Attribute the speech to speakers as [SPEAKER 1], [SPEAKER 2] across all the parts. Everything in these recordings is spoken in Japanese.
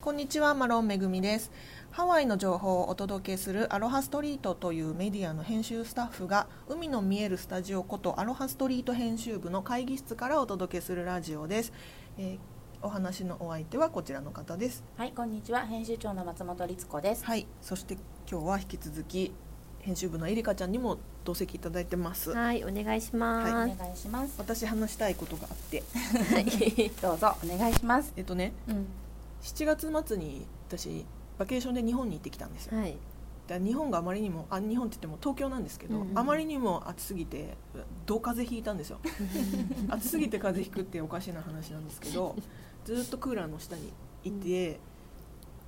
[SPEAKER 1] こんにちはマロンめぐみですハワイの情報をお届けするアロハストリートというメディアの編集スタッフが海の見えるスタジオことアロハストリート編集部の会議室からお届けするラジオです、えーお話のお相手はこちらの方です
[SPEAKER 2] はい、こんにちは。編集長の松本律子です。
[SPEAKER 1] はいそして今日は引き続き編集部のえりかちゃんにも同席いただいてます、
[SPEAKER 3] はい、お願いし
[SPEAKER 2] お
[SPEAKER 3] ま
[SPEAKER 2] 願
[SPEAKER 3] す。
[SPEAKER 2] いします。
[SPEAKER 1] 私話したいことがあって
[SPEAKER 2] どうぞお願いします。
[SPEAKER 1] えっとね
[SPEAKER 2] うん。
[SPEAKER 1] 7月末に私バケーションで日本に行ってきたんですよ
[SPEAKER 3] はい、
[SPEAKER 1] だから日本があまりにもあ日本って言っても東京なんですけど、
[SPEAKER 3] うんうん
[SPEAKER 1] あまりにも暑すぎてど風邪ひいたんですよ暑すぎて風邪ひくっておかしな話なんですけ どずっとクーラーの下にいて、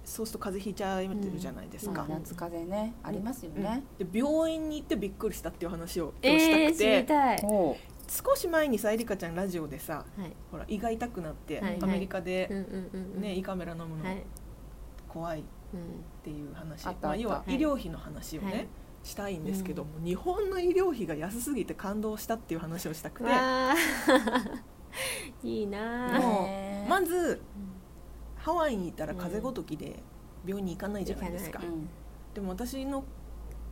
[SPEAKER 1] そうすると風邪ひいちゃってるじゃないです
[SPEAKER 2] ま
[SPEAKER 1] か
[SPEAKER 2] あ、、夏風邪ね、ありますよね。
[SPEAKER 1] うんで病院に行ってびっくりしたっていう話を今日した
[SPEAKER 3] えー、
[SPEAKER 1] くて、
[SPEAKER 3] 知りたい。
[SPEAKER 2] おう
[SPEAKER 1] 少し前にさえりかちゃんラジオでさ
[SPEAKER 3] はい、
[SPEAKER 1] ほら胃が痛くなって、
[SPEAKER 3] はいはい
[SPEAKER 1] アメリカ
[SPEAKER 3] う
[SPEAKER 1] で、
[SPEAKER 3] んうんうんうん。
[SPEAKER 1] ね胃カメラ飲むの
[SPEAKER 3] はい、
[SPEAKER 1] 怖い
[SPEAKER 3] うん、
[SPEAKER 1] っていう話
[SPEAKER 2] あった
[SPEAKER 1] まあ、
[SPEAKER 2] あった
[SPEAKER 1] 要は
[SPEAKER 3] はい
[SPEAKER 1] 医療費の話をね、
[SPEAKER 3] はい
[SPEAKER 1] したいんですけど
[SPEAKER 3] うん
[SPEAKER 1] も、日本の医療費が安すぎて感動したっていう話をしたくて
[SPEAKER 3] わあ、 いいなあ。
[SPEAKER 1] もう
[SPEAKER 2] ねえ
[SPEAKER 1] まずハワイに行ったら風邪ごときで病院に行かないじゃないですか、
[SPEAKER 2] うん
[SPEAKER 1] でも私の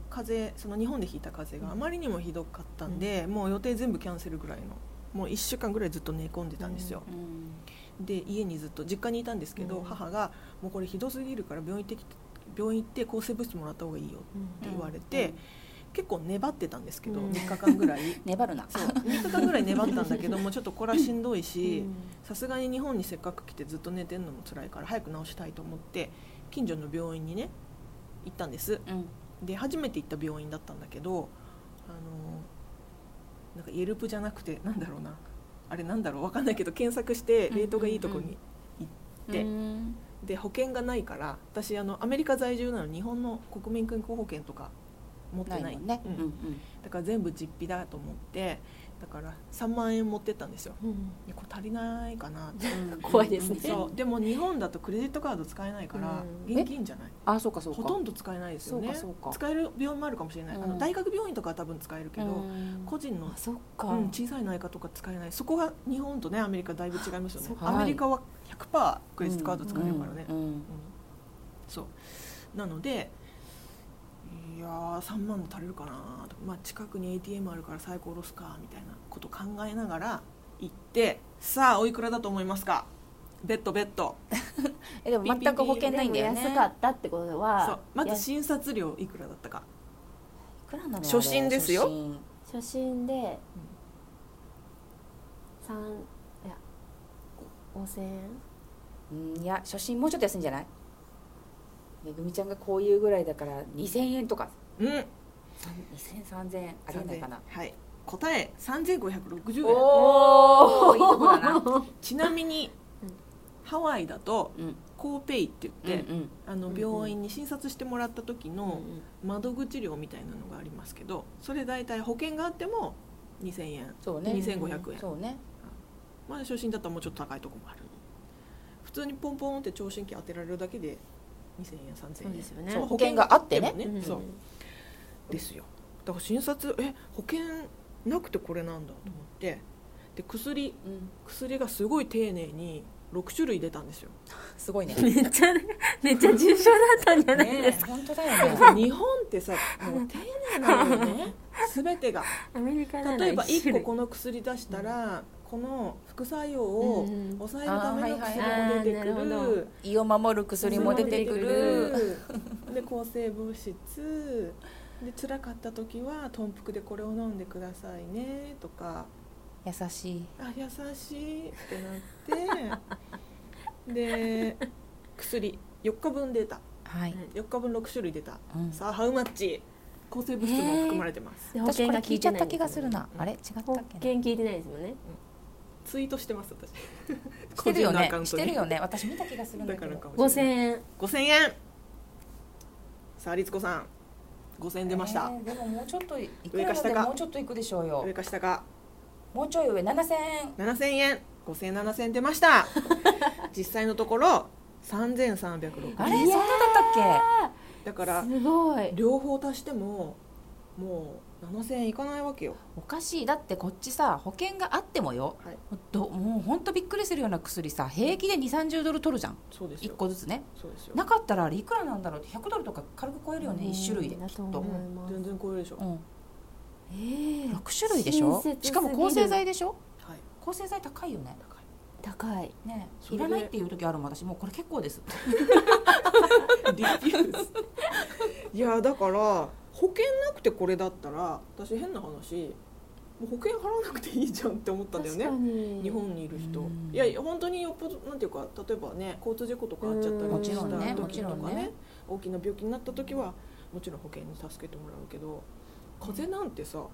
[SPEAKER 1] 風邪その日本で引いた風邪があまりにもひどかったんで、もう予定全部キャンセルぐらいのもう1週間ぐらいずっと寝込んでたんですよ、
[SPEAKER 2] うん
[SPEAKER 1] で家にずっと実家にいたんですけど、
[SPEAKER 3] うん
[SPEAKER 1] 母が「もうこれひどすぎるから病院行ってきて病院行って抗生物質もらった方がいいよ」って言われて、
[SPEAKER 2] うん
[SPEAKER 1] 結構粘ってたんですけど、
[SPEAKER 3] うん
[SPEAKER 1] 3日間ぐらい
[SPEAKER 2] 粘るな。
[SPEAKER 1] そう3日間ぐらい粘ったんだけどもうちょっとこれはしんどい
[SPEAKER 3] う
[SPEAKER 1] し
[SPEAKER 3] ん
[SPEAKER 1] さすがに日本にせっかく来てずっと寝てんのも辛いから早く治したいと思って近所の病院にね行ったんです
[SPEAKER 2] うん。
[SPEAKER 1] で初めて行った病院だったんだけどあのなんかイェルプじゃなくてなんだろうなあれなんだろうわかんないけど検索してレートがいいとこ
[SPEAKER 2] うんうん
[SPEAKER 1] に、で
[SPEAKER 2] うん
[SPEAKER 1] で保険がないから私あのアメリカ在住なの日本の国民健康保険とか持ってな
[SPEAKER 2] ないいもんね。
[SPEAKER 1] う
[SPEAKER 2] うんんうん。
[SPEAKER 1] だから全部実費だと思ってだから3万円持ってったんですよ
[SPEAKER 3] うん
[SPEAKER 1] いやこれ足りないか なって
[SPEAKER 2] うん
[SPEAKER 3] 怖いですね
[SPEAKER 1] そうでも日本だとクレジットカード使えないから
[SPEAKER 3] うん
[SPEAKER 1] 現金じゃない、
[SPEAKER 2] あ、そうかそうか。
[SPEAKER 1] ほとんど使えないですよね
[SPEAKER 2] そうかそうか
[SPEAKER 1] 使える病院もあるかもしれない、あ
[SPEAKER 2] う
[SPEAKER 1] の
[SPEAKER 2] ん
[SPEAKER 1] 大学病院とかは多分使えるけど、
[SPEAKER 2] うん
[SPEAKER 1] 個人の
[SPEAKER 3] あ、、そっか。
[SPEAKER 1] うん、小さい内科とか使えないそこが日本とねアメリカだいぶ違いますよね
[SPEAKER 3] そっ
[SPEAKER 2] か
[SPEAKER 1] アメリカは100%クレジットカード使えるからね、
[SPEAKER 2] うんうん
[SPEAKER 1] うんそうなのでいやー3万も足りるかなと、まあ、近くに ATM あるから最高下ろすかみたいなこと考えながら行ってさあおいくらだと思いますかベッドベッド
[SPEAKER 2] え、でも全く保険ないんだよね。
[SPEAKER 3] でも安かったってこと
[SPEAKER 1] そう
[SPEAKER 3] は。
[SPEAKER 1] まず
[SPEAKER 3] や
[SPEAKER 1] 診察料いくらだったか
[SPEAKER 2] いくらなのあれ
[SPEAKER 1] 初心ですよ
[SPEAKER 2] 初心
[SPEAKER 3] 初心で。三、いや。五千円。
[SPEAKER 2] うんいや初心もうちょっと安いんじゃないめぐみちゃんがこういうぐらいだから2000円とか
[SPEAKER 1] うん
[SPEAKER 2] 20003000円ありえないかな
[SPEAKER 1] 3000はい答え3560円
[SPEAKER 2] おーいいとこだな、
[SPEAKER 1] ちなみに
[SPEAKER 3] うん
[SPEAKER 1] ハワイだと
[SPEAKER 2] うん、
[SPEAKER 1] コーペイって言って、
[SPEAKER 2] うんうん
[SPEAKER 1] あの
[SPEAKER 3] うんうん
[SPEAKER 1] 病院に診察してもらった時の、
[SPEAKER 3] うん
[SPEAKER 1] 窓口料みたいなのがありますけどそれ大体保険があっても2000円、
[SPEAKER 2] そうね
[SPEAKER 1] 2500円
[SPEAKER 2] そうね
[SPEAKER 1] まあ、初心だったらもうちょっと高いとこもある普通にポンポンって聴診器当てられるだけで2000円3000
[SPEAKER 3] そ
[SPEAKER 1] 円
[SPEAKER 3] うですよね
[SPEAKER 1] その
[SPEAKER 2] 保険があってね
[SPEAKER 1] 保険
[SPEAKER 3] うん
[SPEAKER 1] そうですよだから診察え保険なくてこれなんだと思ってで薬
[SPEAKER 2] うん
[SPEAKER 1] 薬がすごい丁寧に6種類出たん ですよ
[SPEAKER 2] すごいね
[SPEAKER 3] めっちゃ、めっちゃ重症だったんじゃないですか。
[SPEAKER 2] 本当だよね
[SPEAKER 1] 日本ってさもう丁寧なのよね全てが
[SPEAKER 3] アメリカなら
[SPEAKER 1] 例えば
[SPEAKER 3] 一種
[SPEAKER 1] 1個
[SPEAKER 3] 類
[SPEAKER 1] この薬出したら、この副作用を
[SPEAKER 3] うんうん
[SPEAKER 1] 抑えるための薬も出てくる
[SPEAKER 3] あーはいはいはいあーなるほど、
[SPEAKER 2] 胃を守る薬も出てくる
[SPEAKER 1] で抗生物質で辛かった時は「とんぷくでこれを飲んでくださいね」とか
[SPEAKER 2] 優しい
[SPEAKER 1] 「あ優しい」ってなってで薬4日分出た
[SPEAKER 2] はい、
[SPEAKER 1] 4日分6種類出た
[SPEAKER 2] うん、
[SPEAKER 1] さあハウマッチ抗生物質も含まれてます、
[SPEAKER 3] で
[SPEAKER 2] 私これ聞いちゃった
[SPEAKER 3] ん
[SPEAKER 2] 気
[SPEAKER 3] ですよね
[SPEAKER 2] がするなあれ違ったっ
[SPEAKER 3] 保
[SPEAKER 2] け
[SPEAKER 3] 険聞いてないですもんね
[SPEAKER 1] ツイートしてます私
[SPEAKER 2] なしてるよ
[SPEAKER 1] 個人のア
[SPEAKER 2] ね
[SPEAKER 1] カウン
[SPEAKER 2] し
[SPEAKER 1] トに
[SPEAKER 2] てるよね私見た気がするん
[SPEAKER 1] だ
[SPEAKER 2] だけ
[SPEAKER 1] か
[SPEAKER 2] ど
[SPEAKER 1] らかも
[SPEAKER 3] 五
[SPEAKER 1] しれない
[SPEAKER 3] 千円
[SPEAKER 1] 5000円さあ律子さん5000円出ました、
[SPEAKER 2] えーでももうちょっといく
[SPEAKER 1] 上
[SPEAKER 2] ら
[SPEAKER 1] か
[SPEAKER 2] ま
[SPEAKER 1] 下
[SPEAKER 2] で
[SPEAKER 1] か
[SPEAKER 2] もうちょっといくでしょうよ
[SPEAKER 1] 上か下か
[SPEAKER 2] もうちょい上7000円
[SPEAKER 1] 7000円5000円7000円出ました 実際のところ3360
[SPEAKER 2] あれ
[SPEAKER 3] い
[SPEAKER 2] そ
[SPEAKER 3] や
[SPEAKER 2] ん
[SPEAKER 3] ー
[SPEAKER 2] なだったっけ
[SPEAKER 1] だから
[SPEAKER 3] すごい
[SPEAKER 1] 両方足してももう7000円いかないわけよ
[SPEAKER 2] おかしいだってこっちさ保険があってもよ、
[SPEAKER 1] はい
[SPEAKER 2] どもうほんとびっくりするような薬さ平気で2 3 0ドル取るじゃん
[SPEAKER 1] そうです
[SPEAKER 2] 1
[SPEAKER 1] よ
[SPEAKER 2] 個ずつね
[SPEAKER 1] そうですよ
[SPEAKER 2] なかったらあれいくらなんだろうって100ドルとか軽く超えるよね
[SPEAKER 3] うん
[SPEAKER 2] 1種類でき
[SPEAKER 3] だ
[SPEAKER 2] っ
[SPEAKER 3] と思
[SPEAKER 2] と
[SPEAKER 3] う、
[SPEAKER 1] うん全然超えるでしょ、
[SPEAKER 2] う
[SPEAKER 1] は
[SPEAKER 2] ん、
[SPEAKER 3] ええ
[SPEAKER 2] 6種類でしょ
[SPEAKER 3] 親切すぎる
[SPEAKER 2] しかも抗生剤でしょ
[SPEAKER 1] い
[SPEAKER 2] 抗生剤高いよね
[SPEAKER 1] 高い
[SPEAKER 3] 高い
[SPEAKER 2] ね
[SPEAKER 1] そ
[SPEAKER 2] い
[SPEAKER 1] れで
[SPEAKER 2] らないっていう時あるもん私もうこれ結構です
[SPEAKER 1] リピュース いやだから保険なくてこれだったら私変な話もう保険払わなくていいじゃんって思ったんだよ
[SPEAKER 3] 確
[SPEAKER 1] ね
[SPEAKER 3] かに
[SPEAKER 1] 日本にいる人
[SPEAKER 2] うん
[SPEAKER 1] いや本当によっぽどなんていうか例えばね交通事故とかあっちゃった
[SPEAKER 3] うんも
[SPEAKER 1] り
[SPEAKER 3] ち
[SPEAKER 1] し
[SPEAKER 3] ろんね
[SPEAKER 1] た時と
[SPEAKER 2] も
[SPEAKER 1] か
[SPEAKER 2] ちろんね
[SPEAKER 1] ね大きな病気になった時はもちろん保険に助けてもらうけど風邪なんてさもう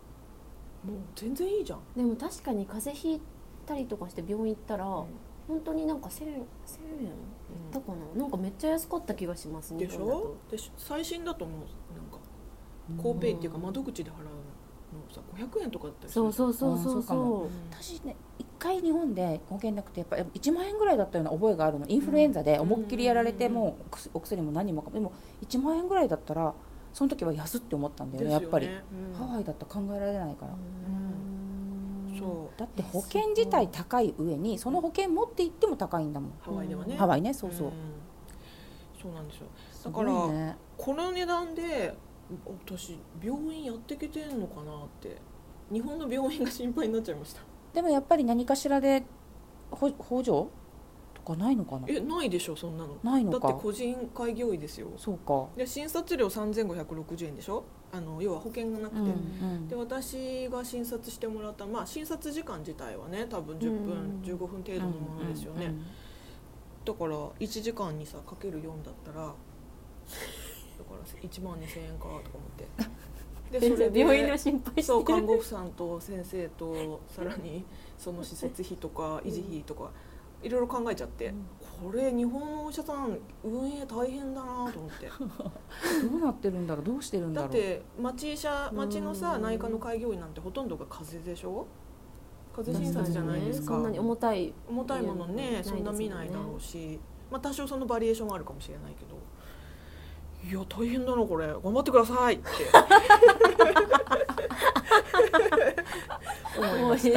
[SPEAKER 1] 全然いいじゃん、
[SPEAKER 3] でも確かに風邪ひいたりとかして病院行ったら、
[SPEAKER 1] うん
[SPEAKER 3] 本当になんか1000円1000円だかななんかめっちゃ安かった気がします
[SPEAKER 1] で
[SPEAKER 3] 日
[SPEAKER 1] し
[SPEAKER 3] 本だ
[SPEAKER 1] ょ
[SPEAKER 3] と
[SPEAKER 1] でし最新だともうなんかコーペイっていうか窓口で払うのさ500円とかだったりす
[SPEAKER 3] そ
[SPEAKER 1] る
[SPEAKER 3] う
[SPEAKER 1] じゃん
[SPEAKER 3] そうそうそう
[SPEAKER 2] あそうかも
[SPEAKER 3] そう
[SPEAKER 2] 私ね一回日本で保険なくてやっぱ1万円ぐらいだったような覚えがあるのインフルエンザで思いっきりやられて
[SPEAKER 1] うん
[SPEAKER 2] もうお薬お薬も何もかもでも1万円ぐらいだったらその時は安って思ったんだよねやっぱり、
[SPEAKER 1] うん
[SPEAKER 2] ハワイだったら考えられないから、
[SPEAKER 3] うん
[SPEAKER 1] そう
[SPEAKER 2] だって保険自体高い上にその保険持って行っても高いんだもん、
[SPEAKER 1] ハワイではね
[SPEAKER 2] ハワイねそうそう、
[SPEAKER 1] んそうなんですよ
[SPEAKER 2] す
[SPEAKER 1] だ
[SPEAKER 2] ご
[SPEAKER 1] か
[SPEAKER 2] い
[SPEAKER 1] ら
[SPEAKER 2] ね、
[SPEAKER 1] この値段で私病院やってきてんのかなって日本の病院が心配になっちゃいました
[SPEAKER 2] でもやっぱり何かしらで補補助とかないのかな
[SPEAKER 1] えないでしょそんなの
[SPEAKER 2] ないのか
[SPEAKER 1] だって個人開業医ですよ
[SPEAKER 2] そうか、
[SPEAKER 1] で診察料3560円でしょあの要は保険がなくて、
[SPEAKER 2] うんう
[SPEAKER 1] で
[SPEAKER 2] ん、
[SPEAKER 1] 私が診察してもらった、まあ、診察時間自体はね多分10分、
[SPEAKER 3] うん
[SPEAKER 1] 15分程度のものですよね、
[SPEAKER 2] うんうん
[SPEAKER 1] だから1時間にさかける4だったらだから1万2000円かとか思 ってで
[SPEAKER 3] 全然
[SPEAKER 1] で
[SPEAKER 3] 病院の心配
[SPEAKER 1] そう
[SPEAKER 3] して
[SPEAKER 1] 看
[SPEAKER 3] る
[SPEAKER 1] 護婦さんと先生 とさらにその施設費とか維持費とかいろいろ考えちゃって、
[SPEAKER 3] うん
[SPEAKER 1] これ日本のお医者さん運営大変だなと思って
[SPEAKER 2] どうなってるんだろうどうしてるんだ
[SPEAKER 1] だ
[SPEAKER 2] ろ
[SPEAKER 1] っ
[SPEAKER 2] う
[SPEAKER 1] て町医者町の
[SPEAKER 3] う
[SPEAKER 1] さ
[SPEAKER 3] ん
[SPEAKER 1] 内科の開業医なんてほとんどが風邪でしょ風
[SPEAKER 3] 確
[SPEAKER 1] 邪診
[SPEAKER 3] かに
[SPEAKER 1] 察じゃないです
[SPEAKER 3] そ
[SPEAKER 1] か
[SPEAKER 3] んなに重たい
[SPEAKER 1] 重たいも
[SPEAKER 3] い
[SPEAKER 1] の
[SPEAKER 3] やな
[SPEAKER 1] ね
[SPEAKER 3] い
[SPEAKER 1] そんな見ないだろうし、まあ、多少そのバリエーションはあるかもしれないけどいや大変だなこれ頑張ってくださいって 思いました
[SPEAKER 2] い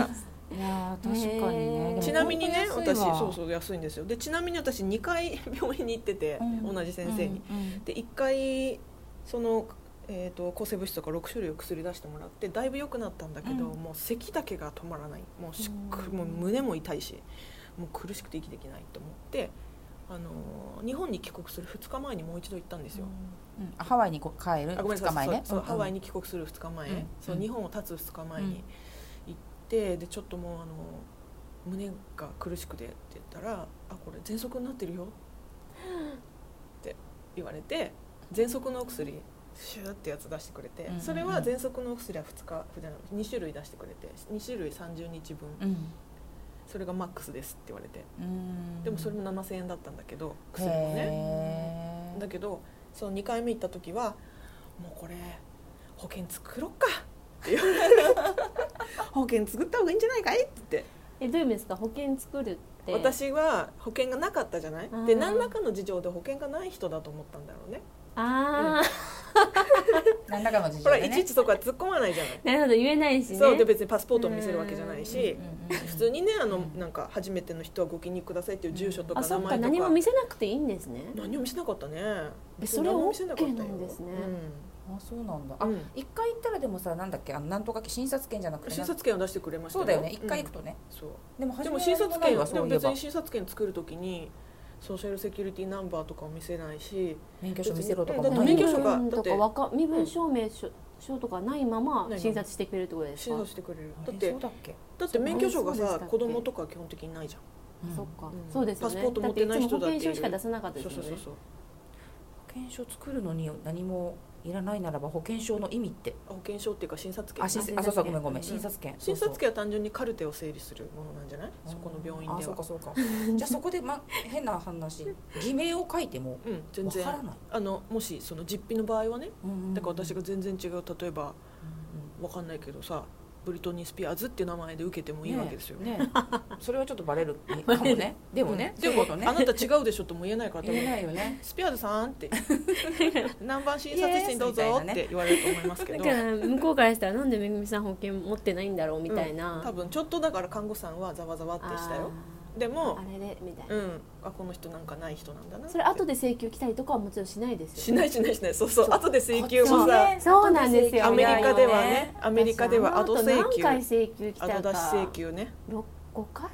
[SPEAKER 2] やー確かにね、
[SPEAKER 3] へー
[SPEAKER 2] でも
[SPEAKER 1] ちなみにね
[SPEAKER 2] 本当
[SPEAKER 1] 私
[SPEAKER 2] 安いわ
[SPEAKER 1] そうそう安いんですよでちなみに私2回病院に行ってて、
[SPEAKER 2] うん
[SPEAKER 1] 同じ先生に、
[SPEAKER 2] うんうん
[SPEAKER 1] で1回その、えー、と抗生物質とか6種類を薬出してもらってだいぶ良くなったんだけど、
[SPEAKER 2] うん
[SPEAKER 1] もう咳だけが止まらないもうしっく
[SPEAKER 3] うん
[SPEAKER 1] もう胸も痛いしもう苦しくて息できないと思って、あのー日本に帰国する2日前にもう一度行ったんですよ、
[SPEAKER 2] うんあハワイにこう帰る
[SPEAKER 1] あごめん
[SPEAKER 2] 2
[SPEAKER 1] な
[SPEAKER 2] 日
[SPEAKER 1] さい
[SPEAKER 2] 前ね
[SPEAKER 1] そうそうハワイ
[SPEAKER 2] に
[SPEAKER 1] に帰国する2日前、
[SPEAKER 2] うん
[SPEAKER 1] そう
[SPEAKER 2] うん
[SPEAKER 1] 日本を立つ2日前に行って、でちょっともうあの胸が苦しくてって言ったら「あこれ喘息になってるよ」って言われて喘息のお薬シューってやつ出してくれて、
[SPEAKER 2] うんうんうん
[SPEAKER 1] それは喘息のお薬は2日じゃない2種類出してくれて2種類30日分
[SPEAKER 2] うん
[SPEAKER 1] それがマックスですって言われて
[SPEAKER 2] うん
[SPEAKER 1] でもそれも7000円だったんだけど薬もね。
[SPEAKER 2] へー
[SPEAKER 1] だけどその2回目行った時は「もうこれ保険作ろっ か」って言われて保険作った方がいいんじゃないかい?」って言って
[SPEAKER 3] えどういうんですか保険作るって
[SPEAKER 1] 私は保険がなかったじゃない
[SPEAKER 3] うん
[SPEAKER 1] で何らかの事情で保険がない人だと思ったんだろうね
[SPEAKER 3] ああ、
[SPEAKER 2] 何らかの事
[SPEAKER 1] ほ
[SPEAKER 2] 情
[SPEAKER 1] ら
[SPEAKER 2] で
[SPEAKER 1] いちい
[SPEAKER 2] ね
[SPEAKER 1] ちそこは突っ込まないじゃない、
[SPEAKER 3] なるほど言えないしね
[SPEAKER 1] そうで別にパスポートを見せるわけじゃないし
[SPEAKER 2] うんうんうん
[SPEAKER 1] 普通にねあの
[SPEAKER 2] うん
[SPEAKER 1] なんか初めての人はご記入くださいっていう住所とか
[SPEAKER 3] あ
[SPEAKER 1] 名
[SPEAKER 3] そっか
[SPEAKER 1] 前と
[SPEAKER 3] 何も
[SPEAKER 1] か
[SPEAKER 3] 見せなくていいんですね
[SPEAKER 1] 何も見せなかったね
[SPEAKER 3] えそれ
[SPEAKER 1] 何も見せかったよ
[SPEAKER 3] OK なんですね
[SPEAKER 2] あそうなんだ
[SPEAKER 1] う
[SPEAKER 2] あ
[SPEAKER 1] んうん
[SPEAKER 2] 一回行ったらでもさなんだっけあのなんとか診察券じゃなくて
[SPEAKER 1] 診
[SPEAKER 2] な
[SPEAKER 1] 察券を出してくれました
[SPEAKER 2] そうだよね一回行く
[SPEAKER 1] と
[SPEAKER 2] とね
[SPEAKER 1] そう
[SPEAKER 2] でも初
[SPEAKER 1] で
[SPEAKER 2] め
[SPEAKER 1] も
[SPEAKER 2] は
[SPEAKER 1] 診察券
[SPEAKER 2] ないわ
[SPEAKER 1] で
[SPEAKER 2] そ
[SPEAKER 1] も
[SPEAKER 2] ういえ
[SPEAKER 1] 別
[SPEAKER 2] ば
[SPEAKER 1] に診察券作るときにソーシャルセキュリティナンバーとかを見せないし
[SPEAKER 2] 免許証見せろとかも
[SPEAKER 1] だって
[SPEAKER 2] ない
[SPEAKER 1] 免許証が
[SPEAKER 3] 身分と
[SPEAKER 1] だって
[SPEAKER 3] かわか身分証明書証とかないまま
[SPEAKER 1] ない
[SPEAKER 3] 診察してくれるってことです
[SPEAKER 1] 診
[SPEAKER 3] か
[SPEAKER 1] 察してくれる
[SPEAKER 2] あれ
[SPEAKER 1] だって
[SPEAKER 2] そうだっけ
[SPEAKER 1] だって免許証が
[SPEAKER 3] そうでし
[SPEAKER 1] さ
[SPEAKER 3] たっけ
[SPEAKER 1] 子供とか基本的にないじゃん
[SPEAKER 2] うん
[SPEAKER 3] そっか
[SPEAKER 1] うん
[SPEAKER 3] そうですよね
[SPEAKER 1] パスポート持ってない人だって
[SPEAKER 3] だっていつも保険証しか出さなかった
[SPEAKER 1] そ
[SPEAKER 3] で
[SPEAKER 1] う
[SPEAKER 3] すよ
[SPEAKER 1] そうそう
[SPEAKER 3] ね
[SPEAKER 1] そう
[SPEAKER 2] 保険証作るのに何もいらないならば保険証の意味って
[SPEAKER 1] あ保険証っていうか診察券
[SPEAKER 2] あ
[SPEAKER 1] ね
[SPEAKER 2] し
[SPEAKER 3] 診察券
[SPEAKER 2] あそうそうごめんご
[SPEAKER 1] う
[SPEAKER 2] め
[SPEAKER 1] ん
[SPEAKER 2] ん診察券
[SPEAKER 1] 診
[SPEAKER 2] そうそう
[SPEAKER 1] 察券は単純にカルテを整理するものなんじゃないそこの病院
[SPEAKER 2] あ
[SPEAKER 1] で
[SPEAKER 2] そう
[SPEAKER 1] は
[SPEAKER 2] かそうかじゃあそこで、ま、変な話偽名を書いても
[SPEAKER 1] うん全
[SPEAKER 2] わか
[SPEAKER 1] 然
[SPEAKER 2] らない、
[SPEAKER 1] あのもしその実費の場合はね
[SPEAKER 2] うんうんうん
[SPEAKER 1] だから私が全然違う例えば
[SPEAKER 2] うん
[SPEAKER 1] わかんないけどさブリトニー・スピアーズっていう名前で受けてもいいわけですよ、
[SPEAKER 2] ねねそれはちょっとバレるねかもねでもね、
[SPEAKER 1] うん
[SPEAKER 2] そういうことね
[SPEAKER 1] あなた違うでしょとも言えないから多
[SPEAKER 2] 言え
[SPEAKER 1] 分
[SPEAKER 2] ないよね
[SPEAKER 1] スピアーズさ んって南蛮診察室にどうぞって言われると思いますけ
[SPEAKER 3] だ
[SPEAKER 1] ど
[SPEAKER 3] から向こうからしたらなんでめぐみさん保険持ってないんだろうみたいな、
[SPEAKER 1] 多分ちょっとだから看護師さんはざわざわってしたよで
[SPEAKER 3] あー
[SPEAKER 1] も
[SPEAKER 3] あれでみたいな、
[SPEAKER 1] うんあこの人なんかない人なんだな
[SPEAKER 3] それ後で請求来たりとかはもちろんしないですよ
[SPEAKER 1] しないしないしないそうそう
[SPEAKER 2] そう
[SPEAKER 1] 後で請求も
[SPEAKER 3] こっちも
[SPEAKER 1] さ
[SPEAKER 3] ねそうなんですよ
[SPEAKER 1] アメリカでは
[SPEAKER 2] 早いよ
[SPEAKER 1] ねアメリカでは後請
[SPEAKER 3] 私あの
[SPEAKER 1] 求
[SPEAKER 3] 後何回請求来たか
[SPEAKER 1] 後出し請求ね、
[SPEAKER 3] 六五回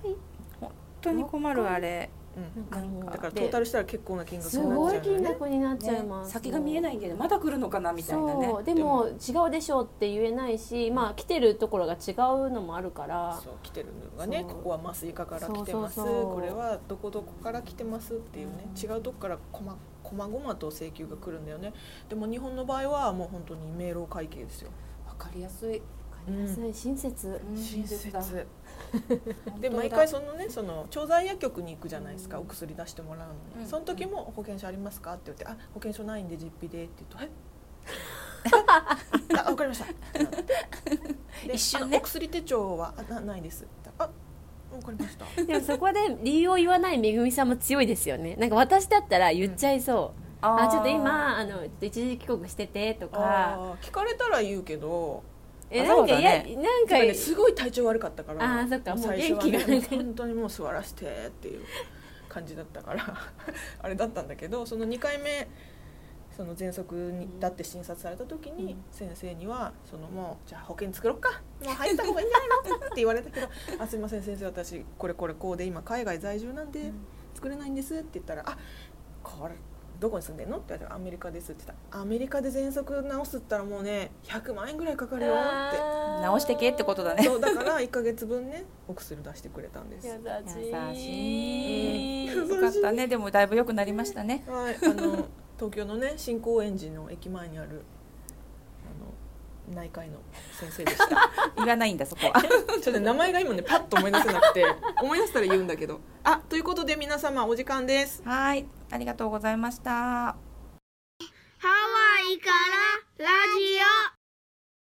[SPEAKER 2] 本当に困るあれ
[SPEAKER 1] う、
[SPEAKER 3] なんかもうん
[SPEAKER 1] だからト
[SPEAKER 2] で
[SPEAKER 1] ータルしたら結構な金額
[SPEAKER 3] す
[SPEAKER 1] になっ
[SPEAKER 3] ご
[SPEAKER 1] ち
[SPEAKER 3] い
[SPEAKER 1] ゃうよ
[SPEAKER 3] 金
[SPEAKER 1] ね
[SPEAKER 3] 額になっちゃい
[SPEAKER 2] ね
[SPEAKER 3] ます、
[SPEAKER 2] 先が見えないんだよねまだ来るのかなみたいなね
[SPEAKER 3] そうでも違うでしょうって言えないし、まあ来てるところが違うのもあるから
[SPEAKER 1] そう来てるのがね
[SPEAKER 3] そう
[SPEAKER 1] ここは麻酔科から来てます
[SPEAKER 3] そうそうそう
[SPEAKER 1] これはどこどこから来てますっていうね違うとこからこまこまごまと請求が来るんだよねでも日本の場合はもう本当に明朗会計ですよ
[SPEAKER 2] わかりやすい
[SPEAKER 3] わかりやすい親切、
[SPEAKER 1] 親切
[SPEAKER 2] だ
[SPEAKER 1] で
[SPEAKER 2] 本当だ
[SPEAKER 1] 毎回そのねその調剤薬局に行くじゃないですか
[SPEAKER 2] うん
[SPEAKER 1] お薬出してもらうのに、
[SPEAKER 2] うん
[SPEAKER 1] その時も「保険証ありますか?」って言って「あ保険証ないんで実費で」って言うと「えあわ かりました」って なってで
[SPEAKER 2] 一瞬ね
[SPEAKER 1] あお薬手帳はあなないです」って言ったらあわかりました」
[SPEAKER 3] でもそこで理由を言わないめぐみさんも強いですよねなんか私だったら言っちゃいそう、
[SPEAKER 2] あ
[SPEAKER 3] あ
[SPEAKER 2] ー
[SPEAKER 3] ちょっと今あの一時帰国しててとか
[SPEAKER 1] あー聞かれたら言うけど
[SPEAKER 3] え
[SPEAKER 2] あ
[SPEAKER 3] なんか
[SPEAKER 2] そう
[SPEAKER 3] い
[SPEAKER 2] だ
[SPEAKER 3] や、
[SPEAKER 2] ね
[SPEAKER 3] なん
[SPEAKER 1] で
[SPEAKER 3] か
[SPEAKER 1] もねすごい体調悪かったから
[SPEAKER 3] あーそっかもう
[SPEAKER 1] 最初は
[SPEAKER 3] 元気
[SPEAKER 1] ね
[SPEAKER 3] がな
[SPEAKER 1] も
[SPEAKER 3] いう
[SPEAKER 1] 本当にもう座らせてっていう感じだったから あれだったんだけどその2回目その喘息にだって診察された時に先生にはそのもうじゃあ保険作ろっかもう入った方がいいんじゃないのって言われ たけど「あすいません先生私これこれこうで今海外在住なんで作れないんです」って言ったら「あこれどこに住んでんの?」って言われて「アメリカです」って言ったら「アメリカで喘息治すったらもうね100万円ぐらいかかるよ」って。
[SPEAKER 2] 直してけってことだね
[SPEAKER 1] そうだから1か月分ねお薬出してくれたんです
[SPEAKER 3] 優
[SPEAKER 1] はい
[SPEAKER 2] 優
[SPEAKER 3] し
[SPEAKER 2] し
[SPEAKER 3] い
[SPEAKER 2] いよかったねでもだいぶ良くなりましたね
[SPEAKER 1] あの東京のね新高円寺の駅前にあるあの内科医の先生でしたち
[SPEAKER 2] 言わないんだそこは
[SPEAKER 1] ょっとね名前が今ねパッと思い出せなくて思い出したら言うんだけどあということで皆様お時間です
[SPEAKER 2] はいありがとうございました